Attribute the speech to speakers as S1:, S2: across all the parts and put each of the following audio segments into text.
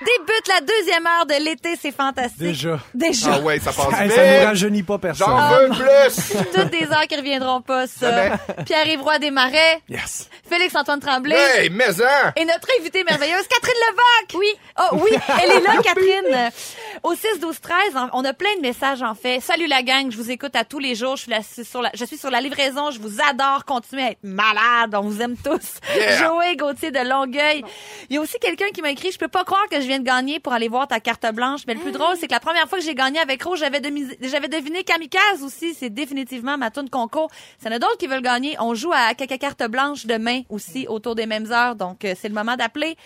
S1: Débute la deuxième heure de l'été, c'est fantastique.
S2: Déjà.
S1: Déjà.
S3: Ah ouais, ça passe
S2: Hey, ça ne
S3: vite.
S2: rajeunit pas personne.
S3: J'en veux plus.
S1: Toutes des heures qui reviendront pas, ça. Pierre-Yves Roy Desmarais,
S2: Yes.
S1: Félix-Antoine Tremblay.
S3: Hey, hein. maison.
S1: Et notre invitée merveilleuse, Catherine Levac! Oui. Oh oui, elle est là, Catherine. Au 6, 12, 13, en- on a plein de messages, en fait. Salut la gang, je vous écoute à tous les jours. Je suis, la- sur, la, je suis sur la livraison, je vous adore. Continuez à être malade, on vous aime tous.
S3: Yeah.
S1: Joey Gauthier de Longueuil. Il y a aussi quelqu'un qui m'a écrit, je peux pas croire que je viens de gagner pour aller voir ta carte blanche. Mais le plus drôle, c'est que la première fois que j'ai gagné avec Rose, j'avais demi- j'avais deviné Kamikaze aussi. C'est définitivement ma tune concours. Ça n'a d'autres qui veulent gagner. On joue à caca carte blanche demain aussi autour des mêmes heures. Donc, euh, c'est le moment d'appeler.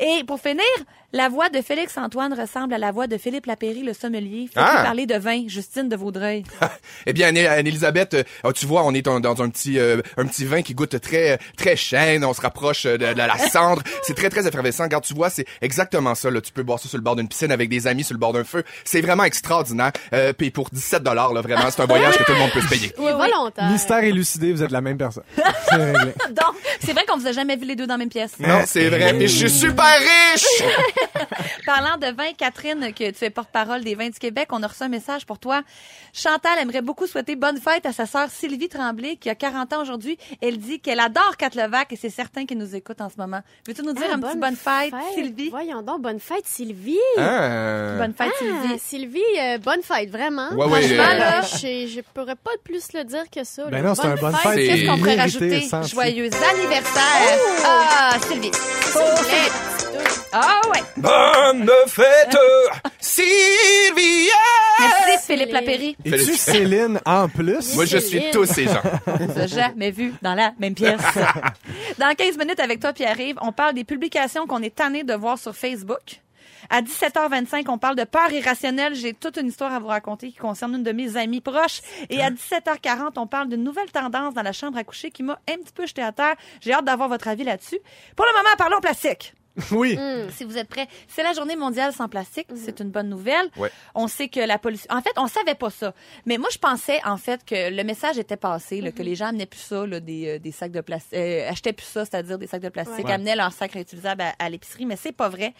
S1: Et pour finir, la voix de Félix Antoine ressemble à la voix de Philippe Lapéry, le sommelier. Faites-lui
S3: Ah!
S1: parler de vin. Justine de Vaudreuil.
S3: Eh bien, Anne- Anne-Elisabeth, euh, ah, tu vois, on est dans, dans un petit euh, un petit vin qui goûte très euh, très chêne. On se rapproche euh, de, de la cendre. C'est très très effervescent. Regarde, tu vois, c'est exactement ça. Là. Tu peux boire ça sur le bord d'une piscine avec des amis, sur le bord d'un feu. C'est vraiment extraordinaire. Euh, Puis pour 17 dollars, là, vraiment, c'est un voyage que tout le monde peut se payer.
S4: Il est volontaire.
S2: Mystère élucidé, vous êtes la même personne. C'est réglé.
S1: Donc, c'est vrai qu'on vous a jamais vu les deux dans la même pièce.
S3: Non, c'est vrai. Puis je suis super riche.
S1: Parlant de vin, Catherine, que tu es porte-parole des vins du Québec, on a reçu un message pour toi. Chantal aimerait beaucoup souhaiter bonne fête à sa sœur Sylvie Tremblay, qui a 40 ans aujourd'hui. Elle dit qu'elle adore Cat Levac et c'est certain qu'elle nous écoute en ce moment. Veux-tu nous dire
S4: Ah,
S1: un petit bonne fête, Sylvie?
S4: Voyons donc, bonne fête, Sylvie.
S3: Ah.
S1: Bonne fête,
S4: Ah,
S1: Sylvie.
S4: Sylvie, euh, bonne fête, vraiment.
S3: Ouais, ouais,
S4: Franchement,
S3: euh,
S4: là, je, je pourrais pas plus le dire que ça.
S2: Ben
S4: là.
S2: non, c'est un bonne fête.
S3: fête.
S1: Qu'est-ce qu'on pourrait
S2: Mérité,
S1: rajouter?
S2: senti.
S1: Joyeux anniversaire! Ah, Sylvie! Oh, Sylvie. Ah ouais!
S3: Bonne fête, euh, Sylvia.
S1: Merci, Philippe
S4: Sylvie.
S1: Lapéry.
S2: Et tu Céline en plus?
S3: Moi, je suis tous ces gens.
S1: On t'a jamais vu dans la même pièce. dans 15 minutes avec toi, Pierre-Yves, on parle des publications qu'on est tanné de voir sur Facebook. À 17h25, on parle de peur irrationnelle. J'ai toute une histoire à vous raconter qui concerne une de mes amies proches. Et à 17h40, on parle d'une nouvelle tendance dans la chambre à coucher qui m'a un petit peu jeté à terre. J'ai hâte d'avoir votre avis là-dessus. Pour le moment, parlons plastique.
S2: Oui.
S1: Si vous êtes prêts, c'est la journée mondiale sans plastique. C'est une bonne nouvelle.
S3: Ouais.
S1: On sait que la pollution. En fait, on savait pas ça. Mais moi, je pensais en fait que le message était passé, là, que les gens amenaient plus ça, là, des, euh, des sacs de plastique, achetaient plus ça, c'est-à-dire des sacs de plastique,
S4: Ouais.
S1: amenaient leurs sacs réutilisables à, à l'épicerie. Mais c'est pas vrai.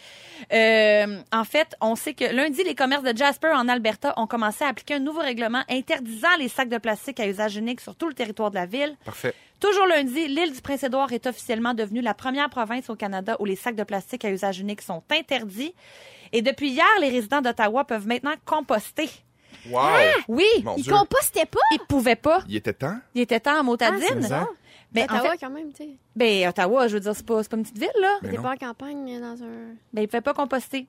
S1: Euh, en fait, on sait que lundi, les commerces de Jasper en Alberta ont commencé à appliquer un nouveau règlement interdisant les sacs de plastique à usage unique sur tout le territoire de la ville.
S3: Parfait.
S1: Toujours lundi, l'île du Prince-Édouard est officiellement devenue la première province au Canada où les sacs de plastique à usage unique sont interdits. Et depuis hier, les résidents d'Ottawa peuvent maintenant composter.
S3: Wow.
S1: Oui,
S3: Mon
S4: Il
S3: Dieu.
S4: compostait pas.
S1: ils pouvaient pas.
S3: Il était temps.
S1: Ils étaient temps en
S4: hein,
S3: Ah,
S1: motadine.
S2: c'est ça.
S1: mais en
S4: Ottawa,
S1: fait,
S4: quand même, tu sais.
S1: ben, Ottawa, je veux dire, c'est pas, c'est pas une petite ville, là.
S3: Ben
S4: T'es
S3: non.
S4: pas en campagne, mais dans un...
S1: Ben, ils pouvaient pas composter.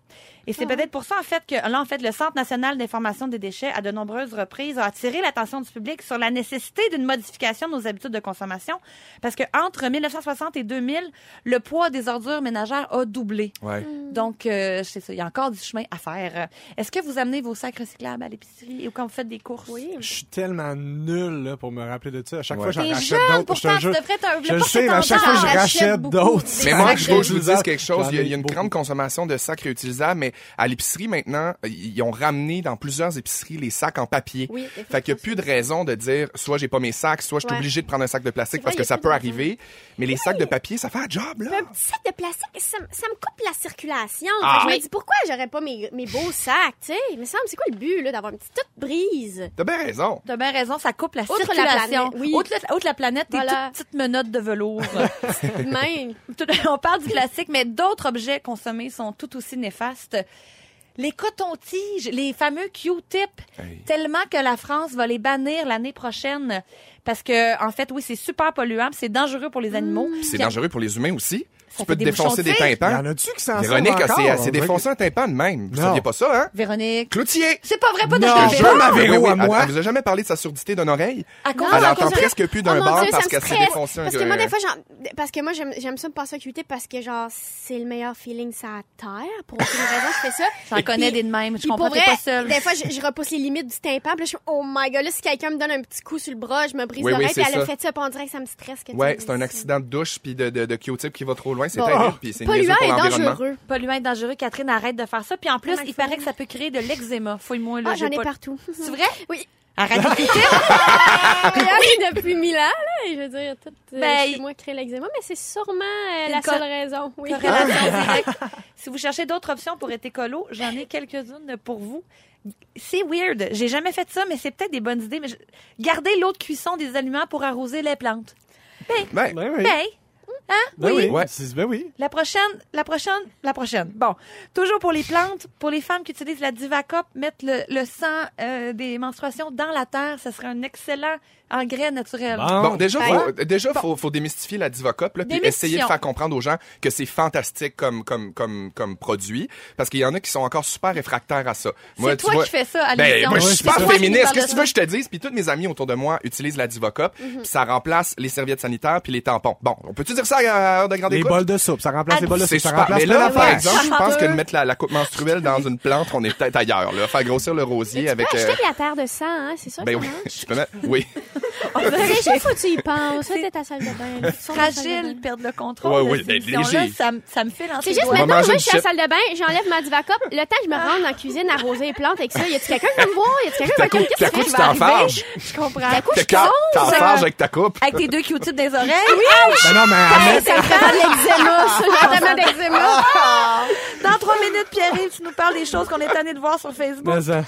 S1: Et c'est
S4: Ah ouais.
S1: peut-être pour ça, en fait, que là, en fait, le Centre national d'information des déchets, à de nombreuses reprises, a attiré l'attention du public sur la nécessité d'une modification de nos habitudes de consommation. Parce que entre 1960 et 2000, le poids des ordures ménagères a doublé.
S3: Ouais.
S1: Donc, euh, c'est ça, il y a encore du chemin à faire. Est-ce que vous amenez vos sacs recyclables à l'épicerie ou quand vous faites des courses?
S4: Oui.
S2: Je suis tellement nul là, pour me rappeler de ça. À chaque fois,
S3: Ouais.
S2: j'en
S1: T'es
S2: rachète
S1: jeune,
S2: d'autres.
S1: pourtant,
S2: te jure.
S1: tu devrais t'en-
S2: Je
S1: le
S2: le sais, mais à
S1: porter
S2: chaque fois, je
S4: tendance.
S2: rachète
S4: Rachète beaucoup
S2: d'autres.
S4: des
S3: Mais
S4: Ça
S3: moi,
S4: rachète
S3: je veux que je vous
S2: dis
S3: dise quelque chose. Il y a, il y a une grande consommation de sacs réutilisables, mais à l'épicerie, maintenant, ils ont ramené dans plusieurs épiceries les sacs en papier.
S4: Oui,
S3: Fait qu'il n'y a plus de raison de dire soit j'ai pas mes sacs, soit je suis
S4: Ouais.
S3: obligé de prendre un sac de plastique
S4: C'est
S3: parce
S4: vrai,
S3: que
S4: il y a
S3: ça
S4: plus
S3: peut
S4: de
S3: arriver. Mais les sacs de papier, ça fait un job, là.
S4: Un petit sac de plastique, ça, me- ça me coupe la circulation. Fait que
S3: Ah.
S4: je me dis, pourquoi j'aurais pas mes, mes beaux sacs, tu sais? Il me semble, c'est quoi le but, là, d'avoir une petite toute brise?
S3: T'as bien raison.
S1: T'as bien raison, ça coupe la
S4: Outre la
S1: circulation.
S4: planète, oui.
S1: Outre, la, outre la planète, tes
S4: Voilà.
S1: toutes petites menottes de velours.
S4: Même.
S1: Tout- On parle du plastique, mais d'autres objets consommés sont tout aussi néfastes. Les cotons-tiges, les fameux Q-tips,
S3: Hey.
S1: tellement que la France va les bannir l'année prochaine. Parce que, en fait, oui, c'est super polluant, puis c'est dangereux pour les animaux.
S3: Puis Mmh. C'est
S1: Puis-
S3: dangereux pour les humains aussi.
S1: Ça fait
S3: Tu peux te
S1: des
S3: défoncer
S1: bouchons
S3: des
S1: de cire.
S2: Il y en
S3: tympans.
S2: a-tu qui s'en sortent
S3: Véronique, elle s'est- elle s'est
S2: encore?
S3: défoncée un tympan de même. Vous
S2: Non.
S3: saviez pas ça, hein?
S1: Véronique.
S3: Cloutier!
S1: C'est pas vrai, pas de
S2: Non,
S1: chez
S2: je
S1: Véronique.
S2: m'avais-
S3: Oui, oui,
S2: Véro à
S3: elle-
S2: moi.
S3: Elle vous a jamais parlé de sa surdité d'une oreille?
S1: À cause-
S3: elle
S4: à
S3: entend
S4: cause de-
S3: presque plus d'un
S4: Oh mon
S3: bar
S4: Dieu, ça
S3: parce
S4: me
S3: qu'elle s'est
S4: stresse.
S3: défoncée un
S4: Parce que moi,
S3: gars-
S4: des fois, j'en- parce que moi, j'aime, j'aime ça me passer à QT parce que, genre, c'est le meilleur feeling sur la terre. Pour aucune raison, je fais ça.
S1: J'en connais
S4: Puis-
S1: des de même. Je
S4: puis pour
S1: comprends, t'es
S4: vrai,
S1: pas seule.
S4: Des fois, je, je repousse les limites du tympan. Puis là, je suis, oh my god, là, si quelqu'un me donne un petit coup sur le bras, je me brise
S3: Oui, oui,
S4: l'oreille.
S3: c'est
S4: puis elle
S3: ça.
S4: a fait ça, puis on dirait que ça me stresse. que tu
S3: Ouais,
S4: me
S3: c'est un
S4: dises
S3: accident de douche puis de, de, de Q-tip qui va trop loin, c'est
S4: Bon.
S3: terrible puis c'est
S4: Polluant
S3: niaiseux pour
S4: et
S3: l'environnement.
S4: dangereux.
S1: Polluant et dangereux, Catherine, arrête de faire ça. Puis en plus,
S4: Comment
S1: il
S4: il
S1: paraît
S4: faut?
S1: que ça peut créer de l'eczéma. Fouille-moi, là.
S4: Ah,
S1: j'ai
S4: j'en ai
S1: pas-
S4: partout.
S1: C'est vrai?
S4: Oui. Ah,
S1: À Radio Critique?
S3: Ah,
S4: oui. depuis mille ans, là, et je veux dire, tout euh,
S1: Ben,
S4: chez moi crée l'eczéma, mais c'est sûrement euh,
S1: une
S4: la
S1: co-
S4: seule raison. Oui. Ah.
S1: Corrélation directe. Si vous cherchez d'autres options pour être écolo, j'en ai quelques-unes pour vous. C'est weird. J'ai jamais fait ça, mais c'est peut-être des bonnes idées. Mais je- Gardez l'eau de cuisson des aliments pour arroser les plantes.
S3: Ben,
S2: Ben
S1: Ben,
S2: oui. Ben oui.
S3: Ouais.
S2: C'est- Ben oui.
S1: la prochaine, la prochaine, la prochaine. Bon, toujours pour les plantes, pour les femmes qui utilisent la Divacop, mettre le, le sang euh, des menstruations dans la terre, ce serait un excellent engrais naturel.
S3: Bon, déjà,
S1: Ben,
S3: faut, euh, déjà faut, faut démystifier la Divacop, là, puis
S1: Démystifions.
S3: essayer de faire comprendre aux gens que c'est fantastique comme, comme, comme, comme produit, parce qu'il y en a qui sont encore super réfractaires à ça. Moi,
S1: C'est
S3: tu
S1: toi
S3: vois-
S1: qui fais ça à
S3: Ben,
S1: l'émission.
S3: moi, je suis
S1: C'est
S3: super
S1: toi qui nous
S3: féministe.
S1: parles de
S3: Qu'est-ce que
S1: ça.
S3: tu
S1: Mhm.
S3: veux que je te dise? Puis tous mes amis autour de moi utilisent la Divacop, puis ça remplace les serviettes sanitaires puis les tampons. Bon, on peut-tu dire ça à, à heure de grande
S2: Les
S3: écoute? Ah,
S2: bols de soupe. Ça remplace les bols de
S3: C'est
S2: soupe. Ça
S3: super.
S2: remplace
S3: Mais
S2: plein
S3: là, par
S2: d'affaires.
S3: exemple, je
S1: Ça
S3: pense que
S1: peut.
S3: de mettre la, la coupe menstruelle dans une plante, on est peut-être ailleurs. Là. Faire grossir le rosier avec...
S4: Tu peux
S3: euh,
S4: acheter de la terre de sang, hein, c'est ça?
S3: ben
S4: ça,
S3: oui,
S4: hein?
S3: je peux mettre... Oui.
S4: C'est sûr, faut que tu y penses. Ça,
S1: C'est-
S4: t'es ta salle de bain. Tu sors de la salle de
S1: fragile,
S4: bain.
S1: perdre le contrôle.
S3: Ouais,
S1: de
S3: oui,
S1: cette
S3: ben,
S1: émission-là,
S3: léger.
S1: ça, me- ça me file en
S4: C'est juste
S3: On va
S4: maintenant, moi,
S3: manger
S4: je
S3: une
S4: suis à la
S3: chip.
S4: salle de bain, j'enlève ma divacop. Le temps que je me rende dans la cuisine à arroser les plantes avec ça, y a-tu quelqu'un qui va me voir? Y a-tu quelqu'un qui
S3: Ta
S4: va
S3: coupe,
S4: Qu'est-ce
S3: ta
S4: que
S3: coupe,
S4: je
S3: tu
S4: vais arriver?
S3: t'enfarges.
S1: Je comprends. Avec,
S3: T'as
S4: couche hein.
S3: t'enfarges avec ta coupe.
S1: tes deux Q-tips des oreilles. Ah,
S2: Ben non, mais elle met-
S4: Ça me fait de l'eczéma, ça. J'ai entamé d'eczéma.
S1: ah! Dans trois minutes, Pierre-Yves, tu nous parles des choses qu'on est tanné de voir sur Facebook.
S2: Mais ça-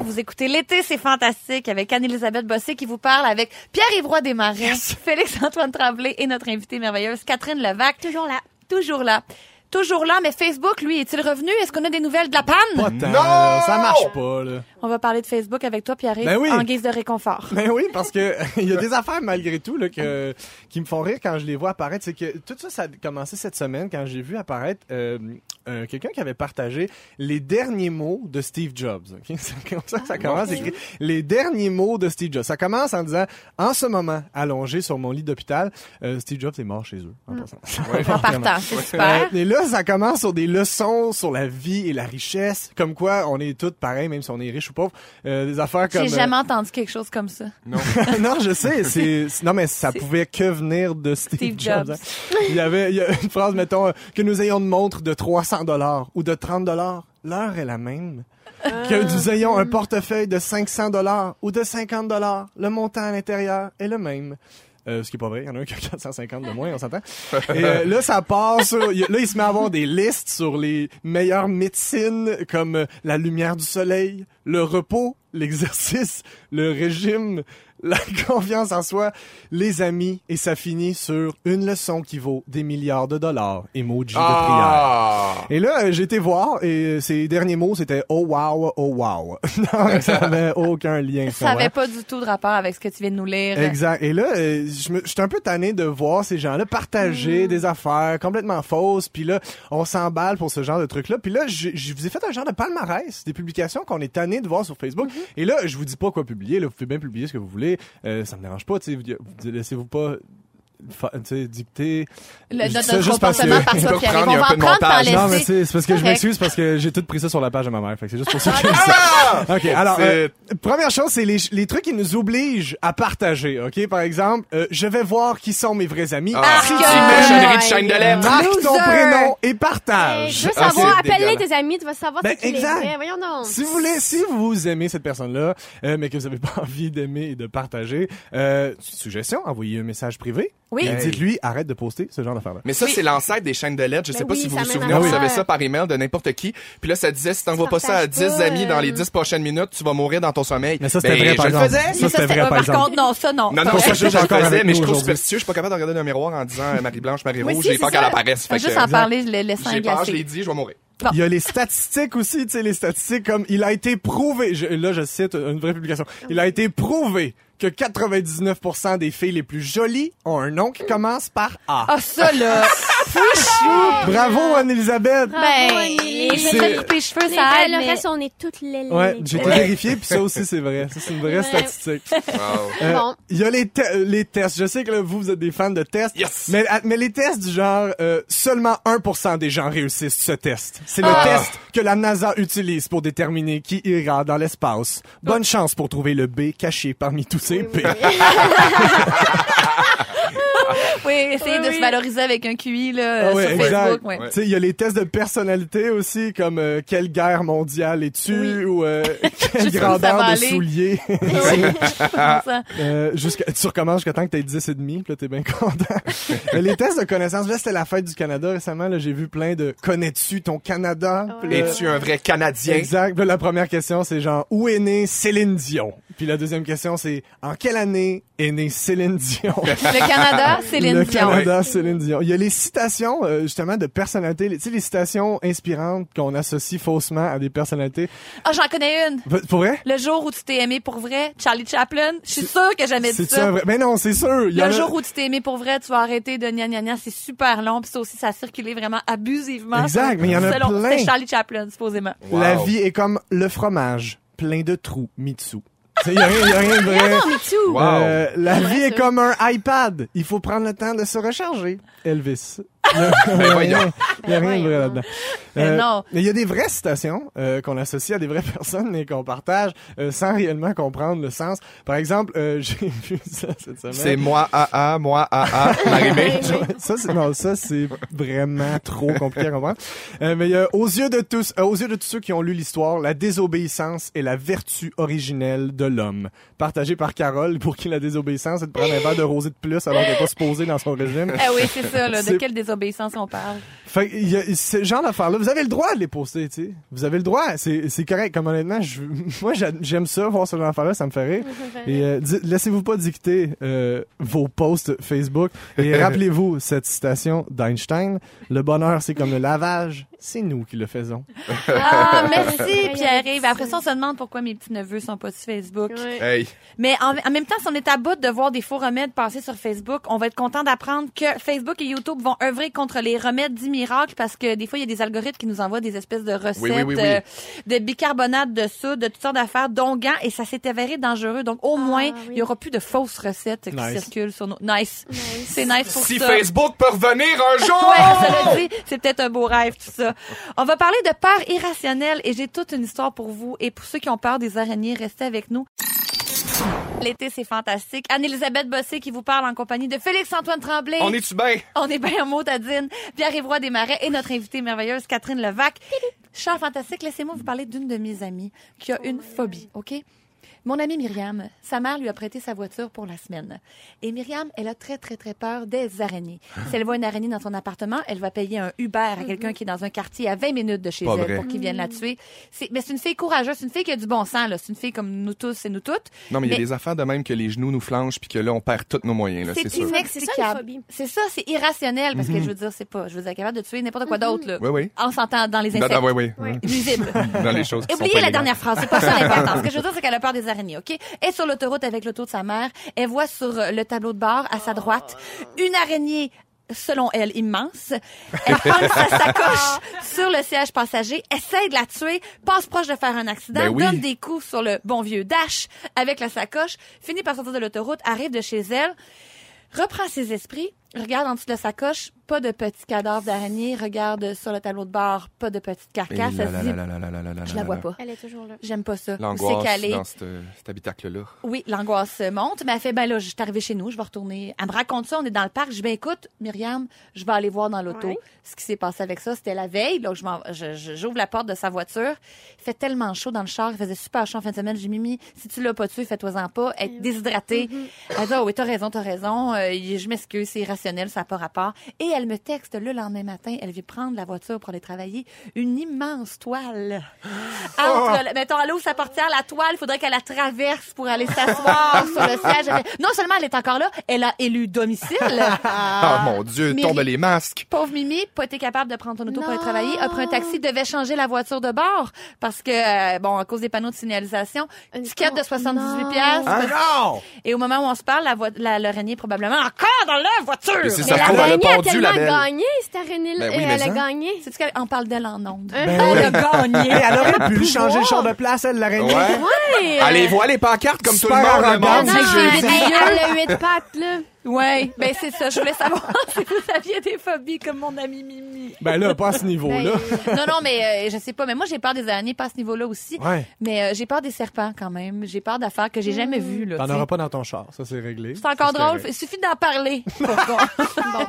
S1: Vous écoutez L'été, c'est fantastique avec Anne-Elisabeth Bossé qui vous parle avec Pierre-Yves Roy Desmarais, Félix-Antoine Tremblay et notre invitée merveilleuse Catherine Levac. Toujours là. Toujours là. Toujours là, mais Facebook, lui, est-il revenu? Est-ce qu'on a des nouvelles de la
S2: Pas
S1: panne?
S2: tant, là. Ça marche pas, là.
S1: On va parler de Facebook avec toi, Pierre-Yves,
S2: Ben oui.
S1: en guise de réconfort.
S2: Ben oui, parce que il y a des affaires malgré tout là, que, qui me font rire quand je les vois apparaître. C'est que tout ça, ça a commencé cette semaine quand j'ai vu apparaître euh, euh, quelqu'un qui avait partagé les derniers mots de Steve Jobs. ok? C'est comme ça que
S1: Ah,
S2: ça commence. c'est écrit Les derniers mots de Steve Jobs. Ça commence en disant En ce moment, allongé sur mon lit d'hôpital, euh, Steve Jobs est mort chez eux. En passant.
S1: Mm. En partant, c'est super.
S2: Euh, et là, ça commence sur des leçons sur la vie et la richesse, comme quoi on est tous pareils, même si on est riche ou pauvre. Euh, des affaires comme
S1: J'ai
S2: euh,
S1: jamais entendu quelque chose comme ça.
S2: non, je sais. C'est c'est- non, mais ça pouvait que venir de Steve,
S1: Steve
S2: Jobs.
S1: Jobs.
S2: hein. Il y avait il y a une phrase, mettons, euh, que nous ayons une montre de 300 dollars ou de 30 dollars, l'heure est la même. Que nous ayons un portefeuille de 500 dollars ou de 50 dollars, le montant à l'intérieur est le même. Euh, ce qui est pas vrai, il y en a un qui a 450 de moins, on s'entend. Et euh, là, ça part sur... il- Là, il se met à avoir des listes sur les meilleures médecines comme euh, la lumière du soleil, le repos, l'exercice, le régime, la confiance en soi, les amis. Et ça finit sur une leçon qui vaut des milliards de dollars. Emoji de prière.
S3: Ah!
S2: Et là, euh, j'ai été voir et euh, ses derniers mots, c'était « Oh wow, oh wow ». Non, ça n'avait aucun lien.
S1: Ça
S2: finalement.
S1: n'avait pas du tout de rapport avec ce que tu viens de nous lire.
S2: Exact. Et là, euh, je me- je suis un peu tanné de voir ces gens-là partager
S1: Mm.
S2: des affaires complètement fausses. Puis là, on s'emballe pour ce genre de truc-là. Puis là, je je vous ai fait un genre de palmarès des publications qu'on est tanné de voir sur Facebook.
S1: Mm-hmm.
S2: Et là, je vous dis pas quoi publier. Là, vous pouvez bien publier ce que vous voulez. Euh, ça me dérange pas. Tu sais, vous- vous- laissez-vous pas fa- tu sais, dicter
S1: Le-
S2: Je dis
S1: notre
S2: ça juste parce
S1: comportement
S2: que-
S1: par
S3: Je
S1: toi,
S3: peux
S1: Pierre-Yves.
S3: prendre,
S1: On
S3: il y a
S1: va
S3: un peu
S1: en
S3: de
S1: prendre, t'en
S3: montage.
S1: laisser.
S2: non mais c'est c'est parce que je
S1: Correct.
S2: m'excuse parce que j'ai tout pris ça sur la page de ma mère fait que c'est juste pour ça que j'ai ça OK, alors, euh, première chose, c'est les, les trucs qui nous obligent à partager, OK? Par exemple, euh, je vais voir qui sont mes vrais amis. Ah,
S3: Ah,
S1: Parce
S3: c'est une
S1: que-
S3: cochonnerie de chaîne de
S2: Marque
S3: lettres.
S2: ton
S1: Loser.
S2: prénom et
S4: Hey,
S2: partage.
S4: Je veux
S3: Ah,
S4: savoir,
S3: c'est
S4: appelle-les
S3: dégueulasse.
S4: tes amis, tu vas savoir
S2: Ben,
S4: c'est qui les
S2: exact.
S4: vrais. Voyons donc.
S2: Si vous voulez, si vous aimez cette personne-là, euh, mais que vous n'avez pas envie d'aimer et de partager, euh, suggestion, envoyez un message privé.
S1: Oui.
S2: Et
S1: Hey.
S2: dites-lui, arrête de poster ce genre d'affaires-là.
S3: Mais ça, c'est l'ancêtre des chaînes de lettres. Je sais
S4: Ben
S3: pas
S4: oui,
S3: si vous
S4: ça
S3: vous
S4: mène
S3: souvenez,
S4: à
S3: on
S4: ça.
S3: recevait ça par email de n'importe qui. Puis là, ça disait, si t'envoies pas ça à
S4: partages
S3: 10
S4: pas,
S3: amis dans les
S4: euh,
S3: 10 prochaines minutes, tu vas mourir dans ton sommeil. Ben,
S2: Mais ça, c'était vrai,
S3: je
S2: par
S3: le
S2: exemple.
S3: faisais.
S2: Ça, c'était vrai,
S1: euh,
S2: par
S1: par
S2: exemple.
S1: contre, non, ça, non.
S3: Non, non,
S2: Pour
S3: ça,
S2: ça,
S3: je,
S2: je suis
S3: le
S2: encore
S3: faisais,
S2: avec
S3: mais je
S2: nous
S3: suis trop
S2: aujourd'hui.
S3: superstitieux. Je suis pas capable de regarder dans un miroir en disant euh, Marie-Blanche,
S4: Moi
S3: Marie-Rouge,
S4: aussi,
S3: j'ai
S4: c'est
S3: peur qu'elle
S4: ça. Ah,
S3: apparaisse.
S1: Faut
S3: Fait
S1: juste
S3: que-
S1: en parler, je le laisse
S3: J'ai peur, je l'ai
S1: glacé.
S3: dit, je vais mourir.
S1: Bon.
S2: Il y a les statistiques aussi, tu sais, les statistiques comme il a été prouvé, je- là je cite une vraie publication, il a été prouvé que 99% des filles les plus jolies ont un nom qui commence par A.
S1: Ah, ça, là.
S2: Ah! Bravo Anne-Elisabeth!
S4: Ben,
S1: ben, les
S4: c'est-
S1: les couper les cheveux, ça
S4: Mais
S1: aide,
S4: Le
S1: mais-
S4: reste, on est toutes les
S2: Ouais, j'ai tout vérifié, puis ça aussi c'est vrai. Ça c'est une vraie
S4: Ouais.
S2: statistique.
S3: Wow.
S2: Euh,
S4: Bon.
S2: Il y a les, te- euh, les tests. Je sais que là, vous, vous êtes des fans de tests.
S3: Yes.
S2: Mais, ah, mais les tests du genre, euh, seulement 1% des gens réussissent ce test. C'est le
S3: Ah.
S2: test que la NASA utilise pour déterminer qui ira dans l'espace. Bonne chance pour trouver le B caché parmi tous ces P.
S1: Oui, essayer
S4: Oui,
S1: de
S4: oui.
S1: se valoriser avec un QI là,
S2: Ah ouais,
S1: Euh, sur
S2: exact.
S1: Facebook. ouais.
S2: Tu sais, il y a les tests de personnalité aussi, comme euh, quelle guerre mondiale es-tu
S1: Oui.
S2: ou euh, quelle
S1: Juste où ça va
S2: grandeur de
S1: aller.
S2: souliers.
S1: Ça.
S2: Euh, jusqu'à- tu recommences jusqu'à temps que t'aies 10 et demi, puis là, t'es bien content. Mais les tests de connaissances, là, c'était la fête du Canada récemment, là, j'ai vu plein de « Connais-tu ton Canada? Puis là,
S3: Es-tu un vrai Canadien?
S2: Exact. Puis là, la première question, c'est genre « Où est née Céline Dion? » Puis la deuxième question, c'est « En quelle année est née Céline Dion? »
S1: Le Canada, Céline
S2: le
S1: Dion.
S2: Canada, Céline Dion. Il y a les citations, euh, justement, de personnalités. Tu sais, les citations inspirantes qu'on associe faussement à des personnalités.
S1: Ah, j'en connais une.
S2: V- Pour vrai?
S1: Le jour où tu t'es aimé pour vrai, Charlie Chaplin. Je suis sûre que jamais dit
S2: C'est-tu
S1: ça.
S2: un vrai? Mais non, c'est sûr. Il y en
S1: Le
S2: a-
S1: jour où tu t'es aimé pour vrai, tu vas arrêter de gna gna gna. C'est super long. Puis ça aussi, ça a circulé vraiment abusivement.
S2: Exact,
S1: Selon-
S2: mais il y en a
S1: selon-
S2: plein.
S1: C'était Charlie Chaplin, supposément.
S3: Wow.
S2: La vie est comme le fromage, plein de trous, Mitsu. Il n'y a, rien- y a rien de vrai.
S4: Mais tout.
S3: Wow.
S2: Euh, la
S4: vrai,
S2: vie est
S4: ça.
S2: comme un iPad. Il faut prendre le temps de se recharger. Elvis. Il
S3: Ben voyons.
S2: n'y a rien de
S4: Ben
S2: vrai
S4: voyons.
S2: là-dedans. Euh,
S1: Mais non.
S2: Mais il y a des vraies citations euh, qu'on associe à des vraies personnes et qu'on partage euh, sans réellement comprendre le sens. Par exemple, euh, j'ai vu ça cette semaine.
S3: C'est moi, ah, ah, moi, ah, ah, Marie-Mé.
S2: Ça, c'est, non, ça, c'est vraiment trop compliqué à comprendre. Euh, mais euh, aux, yeux de tous, euh, aux yeux de tous ceux qui ont lu l'histoire, la désobéissance est la vertu originelle de l'homme. Partagée par Carole, pour qui la désobéissance est de prendre un verre de rosé de plus alors qu'elle n'est pas supposée dans son régime.
S1: Ah oui, c'est ça, là. De
S2: C'est-
S1: quelle désobéissance on parle?
S2: Fait que, il y a ce genre d'affaires-là, vous avez le droit de les poster, tu sais. Vous avez le droit, c'est, c'est correct. Comme honnêtement, je, moi, j'a- j'aime ça, voir ce genre d'affaires-là, ça me fait rire. Et euh, di- laissez-vous pas dicter euh, vos posts Facebook. Et rappelez-vous cette citation d'Einstein Le bonheur, c'est comme le lavage, c'est nous qui le faisons.
S1: Ah, merci,
S4: Merci,
S1: Pierre-Yves. Après
S4: merci.
S1: ça, on se demande pourquoi mes petits-neveux sont pas sur Facebook.
S4: Ouais.
S3: Hey,
S1: Mais en, en même temps, si on est à bout de voir des faux remèdes passer sur Facebook, on va être content d'apprendre que Facebook et YouTube vont œuvrer contre les remèdes dits miracles parce que des fois, il y a des algorithmes qui nous envoient des espèces de recettes
S3: Oui, oui, oui, oui.
S1: euh, de bicarbonate de soude, de toutes sortes d'affaires, dont gants, et ça s'est avéré dangereux. Donc, au moins, il y
S4: oui.
S1: aura plus de fausses recettes qui
S2: Nice.
S1: circulent sur nos... Nice.
S4: Nice.
S1: C'est nice pour
S3: si
S1: ça.
S3: Facebook peut revenir un jour!
S1: Ouais, ça le dit, c'est peut-être un beau rêve, tout ça. On va parler de peur irrationnelle et j'ai toute une histoire pour vous. Et pour ceux qui ont peur des araignées, restez avec nous. L'été, c'est fantastique. Anne-Elisabeth Bossé qui vous parle en compagnie de Félix-Antoine Tremblay.
S3: On est-tu bien?
S1: On est bien en motadine. Pierre Évroy Desmarais et notre invitée merveilleuse Catherine Levac. Cher fantastique, laissez-moi vous parler d'une de mes amies qui a une phobie, OK? Mon amie Myriam, sa mère lui a prêté sa voiture pour la semaine. Et Myriam, elle a très, très, très peur des araignées. Si elle voit une araignée dans son appartement, elle va payer un Uber à quelqu'un qui est dans un quartier à 20 minutes de chez
S3: Pas
S1: elle
S3: vrai.
S1: pour qu'il vienne la tuer. C'est- Mais c'est une fille courageuse, c'est une fille qui a du bon sens, là. C'est une fille comme nous tous et nous toutes.
S3: Non, mais il y a
S1: Mais-
S3: des affaires de même que les genoux nous flanchent puis que là, on perd tous nos moyens, là, Ben, c'est
S1: C'est
S3: sûr. Mhm.
S4: C'est ça, les
S1: inexplicable.
S4: phobies.
S1: C'est ça, c'est irrationnel parce que je veux dire, c'est pas, je veux dire, capable de tuer n'importe quoi
S4: Mhm.
S1: d'autre, là.
S3: Oui, oui.
S1: On s'entend dans les
S3: Non,
S1: insectes.
S3: non, oui, oui.
S4: Ouais.
S1: Nuisibles.
S3: Dans les choses qui sont
S1: Oubliez
S3: pas
S1: la
S3: élégantes.
S1: dernière phrase, c'est pas ça l'important. Ce que je veux dire, c'est qu'elle a peur des araignées, OK? Elle est sur l'autoroute avec l'auto de sa mère. Elle voit sur euh, le tableau de bord, à sa droite,
S3: Ah.
S1: une araignée selon elle, immense. Elle prend sa sacoche sur le siège passager, essaie de la tuer, passe proche de faire un accident,
S3: Ben oui.
S1: donne des coups sur le bon vieux dash avec la sacoche, finit par sortir de l'autoroute, arrive de chez elle, reprend ses esprits, regarde en dessous de la sacoche, pas de petit cadavre d'araignée, regarde sur le tableau de bord, pas de petite
S3: Et
S1: carcasse,
S3: là,
S1: elle se
S3: là,
S1: dit,
S3: là, là, là, là, là, là,
S1: je
S3: là,
S1: la vois
S3: là.
S1: pas.
S4: Elle est toujours là.
S1: J'aime pas ça. Ou C'est
S3: L'angoisse
S1: calé.
S3: dans cette, euh, cet habitacle-là.
S1: Oui, l'angoisse monte, mais elle fait, ben là, je suis arrivée chez nous, je vais retourner. Elle me raconte ça, on est dans le parc, je dis, ben écoute, Myriam, je vais aller voir dans l'auto
S4: Ouais.
S1: ce qui s'est passé avec ça. C'était la veille, là, je m'en- je- je- j'ouvre la porte de sa voiture. Il fait tellement chaud dans le char, il faisait super chaud en fin de semaine. J'ai dit, Mimi, si tu l'as pas tué, fais-toi-en pas, être déshydratée. Elle dit, ah oui, t'as raison, t'as raison, Euh, je m'excuse, c'est irrationnel, ça n'a pas rapport. Et elle me texte le lendemain matin, elle vient prendre la voiture pour aller travailler, une immense toile
S3: Oh!
S1: entre, le- mettons, elle ouvre sa portière, la toile, il faudrait qu'elle la traverse pour aller s'asseoir sur le siège. Elle fait- Non seulement elle est encore là, elle a élu domicile.
S3: Ah, mon Dieu,
S1: mais-
S3: tombe les masques.
S1: Pauvre Mimi, pas été capable de prendre ton auto pour aller
S4: Non.
S1: travailler, a pris un taxi, devait changer la voiture de bord parce que, euh, bon, à cause des panneaux de signalisation,
S3: Euh,
S4: Une
S1: ticket de
S4: con-
S1: 78
S4: Non.
S1: piastres.
S3: Ah non!
S1: Et au moment où on se parle, la vo- la- l'araignée est probablement encore dans la
S3: Mais
S1: voiture.
S3: c'est
S4: Mais
S3: ça se trouve, elle a
S4: l'araignée a
S3: pendu la
S4: tellement
S3: belle.
S4: gagné, cette araignée-là.
S3: Ben oui,
S4: Euh,
S3: mais
S4: elle a
S3: ça.
S4: gagné.
S1: C'est qu'elle en parle d'elle en onde.
S4: Ben
S1: elle a gagné.
S2: Mais elle aurait pu changer le champ de place, elle l'aurait dit.
S3: Ouais.
S4: Ouais.
S1: euh,
S3: Allez, voilà les pancartes comme tout le
S2: Super
S3: monde. le
S2: arrogante.
S3: monde.
S4: Non,
S1: c'est
S4: elle-
S1: jeudi.
S4: elle a huit pattes, là.
S1: Ouais, ben c'est ça. Je voulais savoir si vous aviez des phobies comme mon ami Mimi.
S2: Ben là, pas à ce niveau-là.
S1: Non, non, mais euh, je sais pas. Mais moi, j'ai peur des araignées, pas à ce niveau-là aussi.
S2: Ouais.
S1: Mais euh, j'ai peur des serpents quand même. J'ai peur d'affaires que j'ai jamais
S4: Hmm.
S1: vues. Là,
S2: T'en
S1: tu sais.
S2: auras pas dans ton char, ça c'est réglé.
S1: C'est encore
S2: Ça,
S1: drôle.
S2: réglé.
S1: Il suffit d'en parler. bon.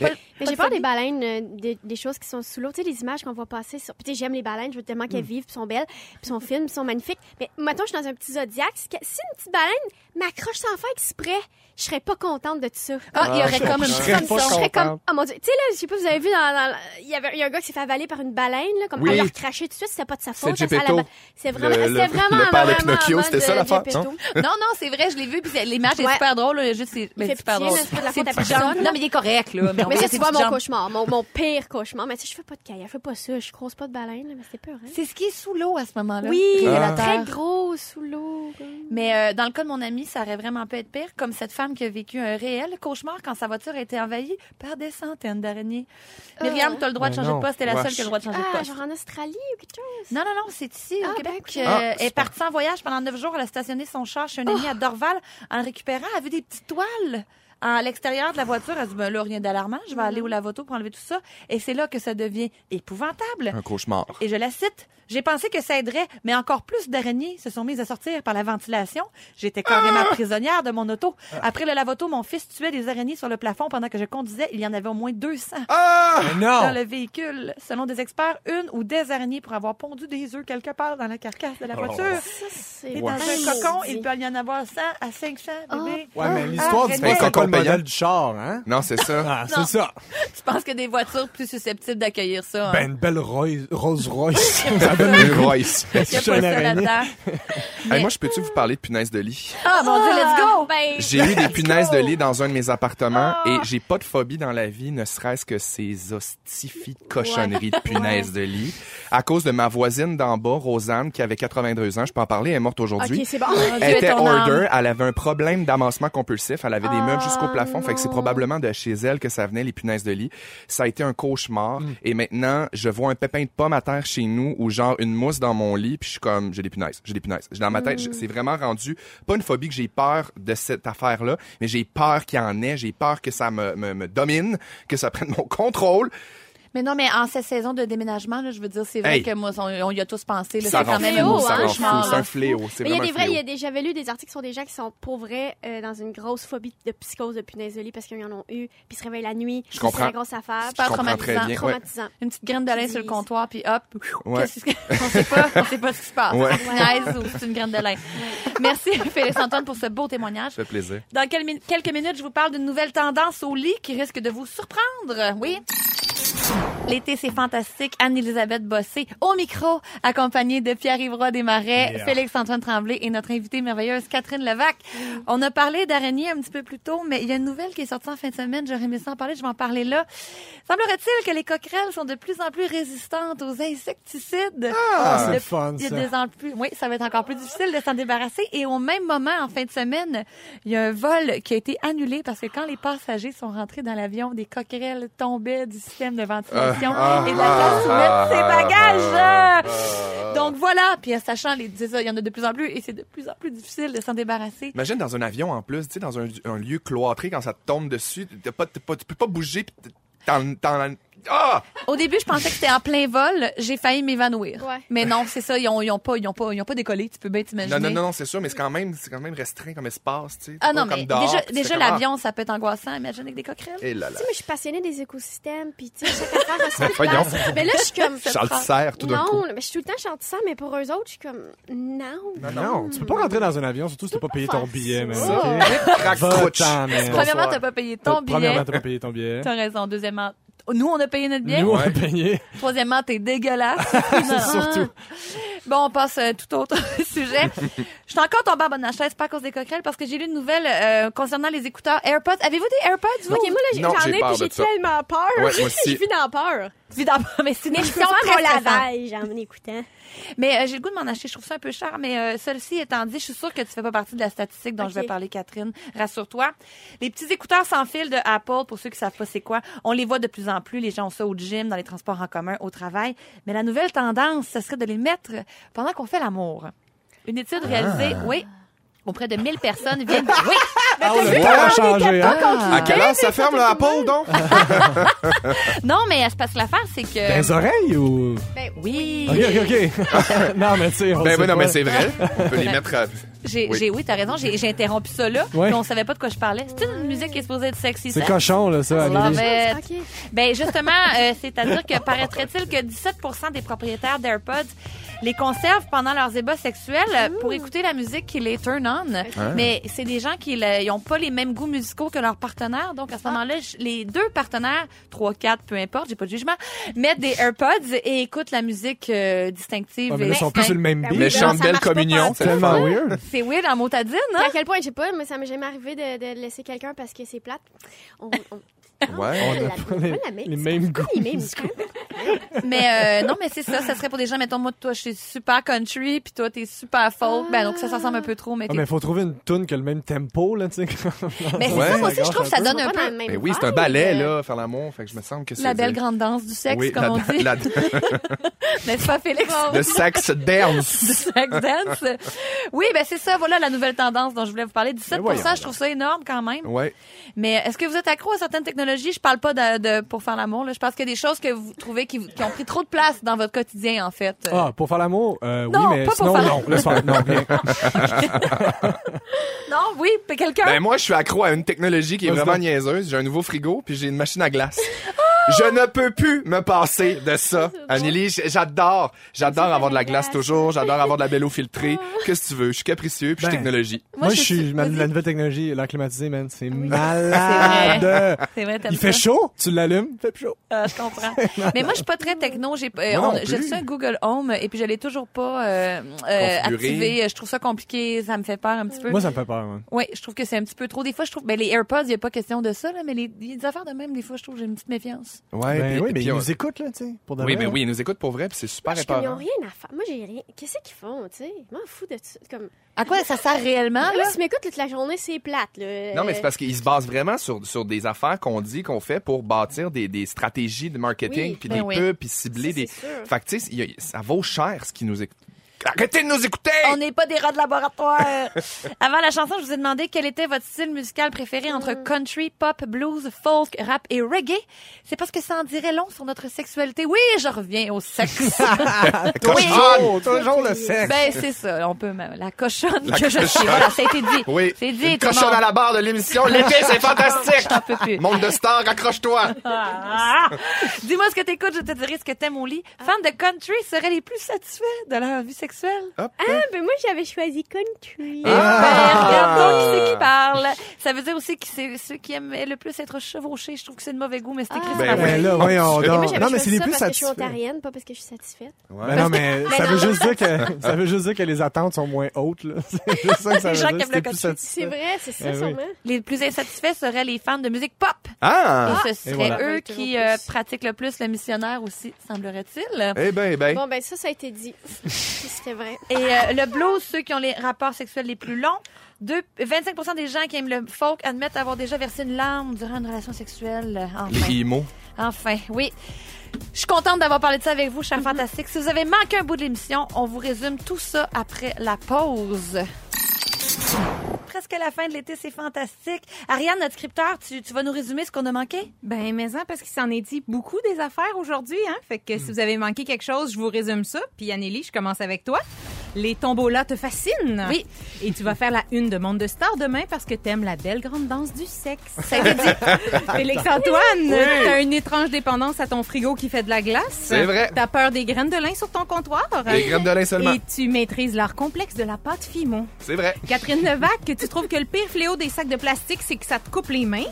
S4: Mais j'ai peur des baleines, euh, des, des choses qui sont sous l'eau. Tu sais, les images qu'on voit passer sur. Puis, tu sais, j'aime les baleines, je veux tellement qu'elles vivent, puis sont belles, puis sont fines, puis sont magnifiques. Mais maintenant, je suis dans un petit zodiaque. Si si une petite baleine m'accroche sans faire exprès, je serais pas contente de tout ça.
S1: Ah, il y aurait
S2: je
S1: comme une
S2: comprends.
S1: petite
S2: serais pas
S4: je serais
S2: contente.
S4: comme. Oh mon dieu. Tu sais, là, je sais pas, vous avez vu dans. dans- il, y avait, il y a un gars qui s'est fait avaler par une baleine, là, comme
S3: Oui.
S4: elle l'a recraché tout de suite, c'était pas de sa
S3: C'est
S4: faute. ça, ça,
S3: Gepetto.
S4: la- C'est vraiment.
S3: Le-
S4: C'était
S3: le-
S4: vraiment.
S3: le
S4: vraiment,
S3: père de
S4: vraiment
S3: Pinocchio,
S4: en
S3: c'était
S4: mode euh,
S3: ça, l'affaire,
S4: Gepetto.
S1: Non, non, c'est vrai, je l'ai vu, puis c'est- l'image est
S4: Ouais.
S1: super drôle. là, Juste, c'est ben,
S4: fait
S1: super
S4: pitié,
S1: drôle.
S4: là, c'est pas de la
S1: Ses
S4: faute à
S1: petites jambes.
S4: personne.
S1: Non, mais il est correct, là. on
S4: Mais ça,
S1: regarde
S4: tu
S1: ses
S4: vois
S1: petites
S4: mon
S1: jambes.
S4: cauchemar, mon, mon pire cauchemar. Mais tu sais, je fais pas de caille, je fais pas ça, je croise pas de baleine, là, mais c'est peur, hein.
S1: C'est ce qui est sous l'eau à ce moment-là.
S4: Oui,
S2: Ah.
S1: Révélateur.
S4: très gros sous l'eau. comme.
S1: Mais euh, dans le cas de mon ami, ça aurait vraiment pu être pire, comme cette femme qui a vécu un réel cauchemar quand sa voiture a été envahie par des centaines d'araignées. Myriam, tu as le droit de
S2: Mais
S1: changer
S2: non.
S1: de poste. T'es la
S3: Wesh.
S1: seule qui a le droit de changer de
S4: Euh. Ah,
S1: poste.
S4: genre en Australie ou quelque chose.
S1: Non, non, non, c'est ici, au
S4: Ah,
S1: Québec.
S4: ben,
S1: Euh,
S4: ok.
S3: Ah,
S1: elle est
S3: super.
S1: partie en voyage pendant neuf jours. Elle a stationné son char chez un ami
S4: Oh.
S1: à Dorval. En le récupérant, elle a vu des petites toiles à l'extérieur de la voiture. Elle se dit, ben là, rien d'alarmant. Je
S4: Mm-hmm.
S1: vais aller au lavoto pour enlever tout ça. Et c'est là que ça devient épouvantable.
S3: Un cauchemar.
S1: Et je la cite, j'ai pensé que ça aiderait, mais encore plus d'araignées se sont mises à sortir par la ventilation. J'étais carrément
S3: Ah!
S1: prisonnière de mon auto. Après le lavoto, mon fils tuait des araignées sur le plafond pendant que je conduisais. Il y en avait au moins 200
S3: Ah!
S2: Mais
S1: dans
S2: Ben non!
S1: le véhicule. Selon des experts, une ou des araignées pour avoir pondu des œufs quelque part dans la carcasse de la
S3: Oh.
S1: voiture.
S4: Ça, c'est.
S1: Et dans un cocon, il peut y en avoir 100 à 500, bébé.
S2: Ouais, mais l'histoire
S1: Ah,
S2: du
S1: mais
S2: c'est
S3: non.
S2: pas le modèle
S3: Payant.
S2: du char, hein?
S3: Non, c'est ça.
S2: Ah, c'est ça.
S1: Tu penses que des voitures plus susceptibles d'accueillir ça? hein?
S2: Ben, une belle Roy- Rolls Royce.
S3: Une Royce.
S1: Il y a
S2: je suis
S1: pas
S2: une
S1: ça
S2: araignée.
S1: là-dedans.
S3: Hey, moi, je peux-tu vous parler de punaises de lit?
S1: Ah, mon Dieu, let's go!
S4: Ben,
S3: J'ai eu des punaises de lit dans un de mes appartements et j'ai pas de phobie dans la vie, ne serait-ce que ces ostifies de cochonneries de punaises de lit. À cause de ma voisine d'en bas, Rosanne, qui avait 82 ans, je peux en parler, elle est morte aujourd'hui.
S4: ok, c'est bon.
S3: Elle
S1: Dieu est
S3: était
S1: ton âme.
S3: order, elle avait un problème d'amassement compulsif, elle avait des meubles jusqu'au plafond, fait que c'est
S4: non.
S3: probablement de chez elle que ça venait les punaises de lit. Ça a été un cauchemar
S4: Hmm.
S3: et maintenant je vois un pépin de pomme à terre chez nous ou genre une mousse dans mon lit puis je suis comme j'ai des punaises, j'ai des punaises. J'ai Dans ma tête, je-
S4: Hmm.
S3: c'est vraiment rendu pas une phobie que j'ai peur de cette affaire là, mais j'ai peur qu'il y en ait, j'ai peur que ça me, me, me domine, que ça prenne mon contrôle.
S1: Mais non, mais en cette saison de déménagement, là, je veux dire, c'est vrai
S3: Hey.
S1: que moi, on, on y a tous pensé. Là,
S3: Ça
S1: c'est
S3: rend
S1: quand même
S3: fou,
S1: un
S3: ça rend fou,
S1: cauchemar,
S3: c'est
S1: là.
S3: un fléau, c'est
S4: Mais il y a
S3: vraiment
S4: des
S3: un
S4: vrais, il y a
S3: fléau.
S4: des, j'avais lu des articles sur des gens qui sont pour vrai euh, dans une grosse phobie de psychose de punaises de lit parce qu'ils en ont eu, puis ils se réveillent la nuit. puis
S3: comprends.
S4: C'est la grosse affaire.
S1: Super
S3: Je comprends très
S1: traumatisant,
S3: bien. ouais.
S4: Traumatisant.
S1: Une petite graine de lin sur le
S4: Disease.
S1: comptoir, puis hop,
S3: Ouais.
S1: qu'est-ce que- on sait pas, on sait pas ce qui se passe.
S3: Ouais.
S1: C'est une punaise ou c'est une graine de lin. Merci Félix-Antoine pour ce beau témoignage.
S3: Ça fait plaisir.
S1: Dans quel min- quelques minutes, je vous parle d'une nouvelle tendance au lit qui risque de vous surprendre. Oui. L'été, c'est fantastique. Anne-Elisabeth Bossé au micro, accompagnée de Pierre-Yves Roy Desmarais,
S2: Yeah.
S1: Félix-Antoine Tremblay et notre invitée merveilleuse Catherine Levac. On a parlé d'araignée un petit peu plus tôt, mais il y a une nouvelle qui est sortie en fin de semaine. J'aurais aimé ça en parler, je vais en parler là. Semblerait-il que les coquerelles sont de plus en plus résistantes aux insecticides.
S2: Ah, c'est
S1: Le-
S2: le fun,
S1: il y a
S2: ça.
S1: des en plus. Oui, ça va être encore plus difficile de s'en débarrasser. Et au même moment, en fin de semaine, il y a un vol qui a été annulé parce que quand les passagers sont rentrés dans l'avion, des coquerelles tombaient du système de ventilation
S3: Ah, ah,
S1: et de la place où
S3: ah,
S1: mettre ses
S3: ah,
S1: bagages.
S3: ah,
S1: Donc voilà. Puis en sachant les c'est ça, il y en a de plus en plus et c'est de plus en plus difficile de s'en débarrasser.
S3: Imagine dans un avion en plus, tu sais, dans un, un lieu cloîtré, quand ça te tombe dessus, t'as pas, t'as pas- tu peux pas bouger, pis t'en, t'en- ah!
S1: Au début, je pensais que c'était en plein vol. J'ai failli m'évanouir.
S4: Ouais.
S1: Mais non, c'est ça. Ils ont, ils ont pas, ils ont pas, ils ont pas décollé. Tu peux bien t'imaginer.
S3: Non, non, non, non, c'est sûr, mais c'est quand même, c'est quand même restreint comme espace, tu sais.
S1: Ah
S3: C'est
S1: non,
S3: pas
S1: mais
S3: comme dehors,
S1: déjà,
S3: pis tu
S1: déjà
S3: fais comme, ah.
S1: l'avion, ça peut être angoissant. Imagine avec des coquerelles.
S3: Et là, là.
S4: Tu sais, mais je suis passionnée des écosystèmes, puis tu sais, chaque affaire a sa
S3: Voyons.
S4: place. Mais là, je suis comme. Ah,
S3: Charles Serre, tout d'un coup.
S4: Non, mais je suis tout le temps chantissant, mais pour eux autres, je suis comme. Non.
S2: Non, tu peux pas rentrer dans un avion, surtout si t'as pas payé ton
S4: faire
S2: billet,
S4: ça.
S2: man.
S3: Ça.
S2: ok?
S3: Crac, croûte.
S2: Va-t'en, man.
S3: Bonsoir. Euh,
S1: Premièrement, t'as pas payé ton billet.
S2: Premièrement, t'as pas payé ton billet.
S1: T'as raison. Deuxièmement, nous, on a payé notre bien.
S2: Nous, on a
S3: Ouais.
S2: payé.
S1: Troisièmement, t'es dégueulasse. Non.
S2: Surtout.
S1: Bon, on passe à tout autre sujet. Je suis encore tombée en bas de ma chaise, pas à cause des coquerelles, parce que j'ai lu une nouvelle euh, concernant les écouteurs AirPods. Avez-vous des AirPods, vous?
S4: Ok, moi, là, j'ai-
S3: Non,
S4: j'en
S3: j'ai
S4: ai,
S3: peur
S4: puis j'ai
S3: de ça.
S4: tellement peur.
S3: Ouais, moi aussi.
S4: Je vis dans peur.
S1: Évidemment, mais c'est une
S4: Je peux
S1: émission
S4: faire
S1: très
S4: mon
S1: stressante.
S4: lavage en écoutant.
S1: Mais euh, j'ai le goût de m'en acheter. Je trouve ça un peu cher. Mais euh, celle-ci étant dit, je suis sûre que tu fais pas partie de la statistique dont
S4: Ok.
S1: je vais parler, Catherine. Rassure-toi. Les petits écouteurs sans fil de Apple, pour ceux qui savent pas c'est quoi, on les voit de plus en plus. Les gens ont ça au gym, dans les transports en commun, au travail. Mais la nouvelle tendance, ce serait de les mettre pendant
S2: Ah.
S1: qu'on fait l'amour. Une étude réalisée, oui, auprès de 1000 personnes vient de... Oui!
S2: Ah,
S5: t'as
S2: le
S5: vu
S2: poil a
S5: comment on est
S2: changé,
S5: capable
S2: hein?
S5: contre
S3: À
S5: l'idée
S3: quelle heure ça
S5: des
S3: ferme,
S5: photos
S3: là, à
S5: de mal?
S3: Paul, donc?
S1: Non, mais c'est parce que l'affaire, c'est que.
S2: Dans les oreilles ou.
S4: Ben,
S1: oui.
S2: Ok, ok, ok. non, mais tu sais. on
S3: Ben
S2: sait
S3: oui, non,
S2: pas.
S3: mais c'est vrai. On peut les
S1: Ouais.
S3: mettre euh, à...
S1: J'ai,
S3: Oui.
S1: j'ai- oui, t'as raison, j'ai, j'ai interrompu ça là.
S2: Ouais.
S1: puis on savait pas de quoi je parlais. C'est une musique qui est supposée être sexy,
S2: C'est
S1: ça?
S2: cochon, là, ça, Amélie.
S1: Love it.
S4: OK.
S1: Ben justement, euh, c'est-à-dire que paraîtrait-il que 17 des propriétaires d'AirPods les conservent pendant leurs ébats sexuels euh, pour écouter la musique qui les turn on. Mais c'est des gens qui n'ont pas les mêmes goûts musicaux que leurs partenaires. Donc, à ce moment-là, je- les deux partenaires, trois, quatre, peu importe, j'ai pas de jugement, mettent des AirPods et écoutent la musique euh, distinctive.
S2: Ah, mais
S1: et
S2: là, ils sont plus sur le même
S5: oui,
S2: beat.
S5: ben,
S3: Méchante
S5: ça
S3: belle
S5: marche pas
S3: communion.
S5: pantoute.
S3: c'est
S2: C'est
S3: le
S2: tellement
S3: fun.
S2: weird.
S1: C'est weird en motadine,
S4: Puis
S1: hein?
S4: À quel point, je sais pas, mais ça m'est jamais arrivé de, de laisser quelqu'un parce que c'est plate. On, on,
S3: Ouais.
S4: on
S2: a
S4: la-
S2: pas
S4: on
S2: les-
S4: la mixe.
S2: les mêmes
S4: On
S2: goûts
S4: les mixe.
S1: Mais euh, non, mais c'est ça. Ça serait pour des gens, mettons, moi, toi, je suis super country, puis toi, t'es super folk. Ben, donc ça, ça ressemble un peu trop, mais,
S2: Ah,
S1: t'es-
S2: mais faut trouver une toune qui a le même tempo, là, tu sais.
S1: Mais c'est
S3: Ouais.
S1: ça, moi aussi, je trouve que ça
S4: Ils
S1: donne
S4: sont
S1: un
S4: pas dans
S1: peu
S4: le même
S3: Ben oui, c'est un
S4: vibe.
S3: ballet, là, faire l'amour. Fait que je me semble que c'est...
S1: Ah, la belle grande danse du sexe,
S3: Oui,
S1: comme
S3: la-
S1: on dit.
S3: la-
S1: N'est-ce pas, Félix?
S3: Le sax dance.
S1: du sex dance. Oui, ben c'est ça, voilà la nouvelle tendance dont je voulais vous parler. 17
S2: Ben voyons
S1: je trouve ça énorme quand même.
S3: Ouais.
S1: Mais est-ce que vous êtes accro à certaines technologies? Je parle pas de, de- pour faire l'amour. là. Je pense qu'il y a des choses que vous trouvez qui, vous- qui ont pris trop de place dans votre quotidien, en fait.
S2: Ah, pour faire l'amour, euh, oui,
S1: Non,
S2: mais
S1: pas pour
S2: sinon,
S1: faire
S2: non. Laisse faire. Non, rien.
S1: Non, oui, puis quelqu'un...
S3: Ben moi, je suis accro à une technologie qui est
S2: Vas-y
S3: vraiment
S2: donc.
S3: niaiseuse. J'ai un nouveau frigo, puis j'ai une machine à glace. Je ne peux plus me passer de ça.
S4: Ah,
S3: Anneli, j- j'adore. J'adore avoir de la glace toujours. J'adore avoir de la belle eau filtrée.
S4: Ah.
S3: Qu'est-ce que tu veux? Je suis capricieux, puis je suis
S2: Ben.
S3: technologie.
S1: Moi,
S2: Moi,
S1: je
S2: je suis
S1: suis-
S2: man-
S1: vas-y. Ah
S2: la nouvelle technologie, l'air climatisé, man. C'est
S1: C'est
S2: malade.
S1: C'est vrai, t'aimes
S2: Il fait
S1: ça.
S2: chaud, tu l'allumes, il fait plus chaud.
S1: Ah, je comprends. Mais moi, je suis pas très techno. J'ai euh,
S3: Moi non
S1: on- j'ai
S3: plus.
S1: reçu un Google Home et puis je l'ai toujours pas euh, euh,
S3: Configuré.
S1: activé. Je trouve ça compliqué. Ça me fait peur un petit peu.
S2: Moi, ça me fait peur, man.
S1: Oui, je trouve que c'est un petit peu trop. Des fois, je trouve. Ben, les AirPods, il n'y a pas question de ça, là, mais les, il y a des affaires de même, des fois, je trouve que j'ai une petite méfiance.
S3: Ouais,
S2: Ben
S3: puis-
S2: oui, mais
S3: puis
S2: ils
S3: on-
S2: nous écoutent, là, tu sais. pour de
S3: Oui,
S2: vrai,
S3: ben
S2: là.
S3: oui, ils nous écoutent pour vrai, puis c'est super
S4: Je suis comme, ils n'ont
S3: épeurant.
S4: rien à faire. Moi, j'ai rien. Qu'est-ce qu'ils font, tu sais? Je m'en fous de tout. Comme...
S1: À quoi ça sert réellement,
S4: Là, si tu m'écoutes toute la journée, c'est plate. Là.
S3: Non, mais c'est parce qu'ils se basent vraiment sur, sur des affaires qu'on dit, qu'on fait pour bâtir des, des stratégies de marketing,
S4: Oui,
S3: puis
S1: ben
S3: des
S1: oui.
S3: pubs, puis cibler
S4: Ça,
S3: des...
S4: c'est sûr.
S3: Fait que, tu sais, il y a- ça vaut cher, ce qu'ils nous écoutent. Arrêtez de nous écouter!
S1: On n'est pas des rats de laboratoire. Avant la chanson, je vous ai demandé quel était votre style musical préféré entre country, pop, blues, folk, rap et reggae. C'est parce que ça en dirait long sur notre sexualité. Oui, je reviens au sexe. Oui.
S2: Oh,
S3: Cochonne!
S2: toujours le sexe.
S1: ben, c'est ça. On peut même. La cochonne
S3: La
S1: que je suis.
S3: cochonne.
S1: Voilà, ça a été dit.
S3: Oui.
S1: C'est dit.
S3: Une
S1: tout le
S3: cochonne
S1: monde.
S3: à la barre de l'émission. L'été, c'est fantastique.
S1: J'en peux plus.
S3: Monde de stars, accroche-toi.
S1: Ah! Dis-moi ce que t'écoutes, je te dirai ce que t'aimes au lit. Fans de country seraient les plus satisfaits de leur vie sexuelle.
S4: Ah, ben moi, j'avais choisi Country.
S1: Et
S3: Ah!
S1: ben, regarde donc qui c'est qui parle. Ça veut dire aussi que c'est ceux qui aimaient le plus être chevauchés. Je trouve que c'est de mauvais goût, mais c'est écrit
S4: Ah.
S1: sur
S3: Ben
S1: la
S3: oui.
S1: feuille.
S2: Ben là, voyons
S3: Et
S4: Et moi,
S2: donc.
S4: j'avais
S2: Non, mais
S4: choisi
S2: c'est les
S4: ça
S2: plus
S4: parce que je suis
S2: satisfaits.
S4: ontarienne, pas parce que je suis satisfaite.
S2: Ben non, mais ça veut juste dire que ça veut juste dire que les attentes sont moins hautes, là. C'est juste ça que ça
S1: Les gens
S2: veut
S1: qui aiment
S2: dire. C'était
S1: le
S2: plus
S1: country.
S4: C'est
S2: satisfait.
S4: vrai, c'est ça,
S2: Eh oui.
S4: sûrement.
S1: Les plus insatisfaits seraient les fans de musique pop.
S3: Ah!
S1: Et ce seraient
S2: voilà.
S1: eux
S4: Oui, toujours
S1: qui euh,
S4: plus.
S1: pratiquent le plus le missionnaire aussi, semblerait-il.
S3: Eh ben, eh ben.
S4: Bon, ben ça, ça a été dit. C'était vrai.
S1: Et euh, le blues, ceux qui ont les rapports sexuels les plus longs. Deux- 25 des gens qui aiment le folk admettent avoir déjà versé une larme durant une relation sexuelle. euh, Enfin.
S3: Les IMO.
S1: Enfin, oui. Je suis contente d'avoir parlé de ça avec vous, chers fantastiques. Si vous avez manqué un bout de l'émission, on vous résume tout ça après la pause. Presque la fin de l'été, c'est fantastique. Ariane, notre scripteur, tu, tu vas nous résumer ce qu'on a manqué?
S5: Ben, mais ça, parce qu'il s'en est dit beaucoup des affaires aujourd'hui, hein. Fait que
S3: Hmm.
S5: si vous avez manqué quelque chose, je vous résume ça. Puis, Anneli, je commence avec toi. Les tombolas te fascinent.
S1: Oui.
S5: Et tu vas faire la une de Monde de Stars demain parce que t'aimes la belle grande danse du sexe.
S1: Ça a été dit.
S5: Félix-Antoine, t'as une étrange dépendance à ton frigo qui fait de la glace.
S3: C'est vrai.
S5: T'as peur des graines de lin sur ton comptoir.
S3: Les graines de lin seulement.
S5: Et tu maîtrises l'art complexe de la pâte Fimon.
S3: C'est vrai.
S5: Catherine Levac, tu trouves que le pire fléau des sacs de plastique, c'est que ça te coupe les mains.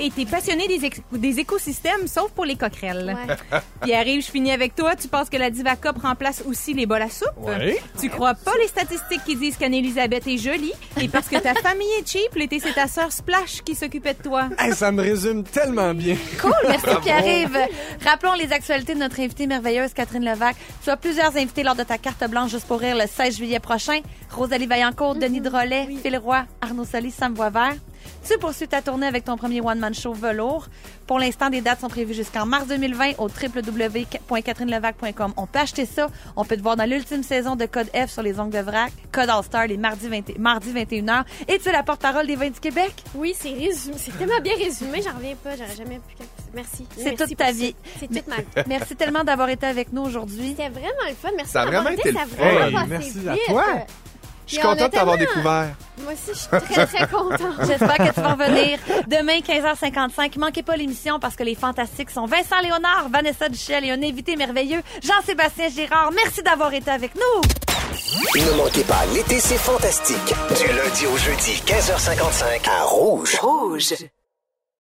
S5: Et t'es passionnée des, ex- des écosystèmes, sauf pour les coquerelles.
S4: Ouais.
S5: Puis arrive, je finis avec toi. Tu penses que la diva Cup remplace aussi les bols à soupe?
S2: Ouais.
S5: Tu crois pas les statistiques qui disent qu'Anne-Elisabeth est jolie? Et parce que ta famille est cheap, l'été, c'est ta sœur Splash qui s'occupait de toi.
S2: Hey, ça me résume tellement bien.
S1: Cool, merci Pierre-Yves. Rappelons les actualités de notre invitée merveilleuse, Catherine Levac. Tu as plusieurs invités lors de ta carte blanche juste pour rire le 16 juillet prochain. Rosalie Vaillancourt, Denis Drolet, Phil Roy, Arnaud Solis, Sam Boisvert. Tu poursuis ta tournée avec ton premier one-man show Velours. Pour l'instant, des dates sont prévues jusqu'en mars 2020 au www.catherinelevac.com. On peut acheter ça. On peut te voir dans l'ultime saison de Code F sur les ongles de vrac, Code All-Star les mardis, 20 mardis 21h. Et tu es la porte-parole des Vins du Québec.
S4: Oui, c'est résumé. C'est tellement bien résumé, j'en reviens pas. J'aurais jamais pu. Merci.
S1: C'est
S4: Merci
S1: toute
S4: pour
S1: ta
S4: ça.
S1: vie.
S4: C'est toute ma vie.
S1: Merci tellement d'avoir été avec nous aujourd'hui.
S4: C'était vraiment le fun. Merci
S3: Ça a
S4: d'avoir
S3: vraiment
S4: été.
S3: été
S4: Ça a
S3: le fun.
S4: vraiment passé
S2: Merci à
S4: vite.
S2: toi.
S3: Je suis
S4: Et on a
S3: contente d'avoir
S4: tellement-
S3: découvert.
S4: Moi aussi, je suis très, très contente.
S1: J'espère que tu vas revenir demain 15h55. Manquez pas l'émission parce que les fantastiques sont Vincent Léonard, Vanessa Duchel et un invité merveilleux, Jean-Sébastien Girard. Merci d'avoir été avec nous.
S6: Ne manquez pas l'été, c'est fantastique. Du lundi au jeudi, 15h55 à Rouge.
S7: Rouge.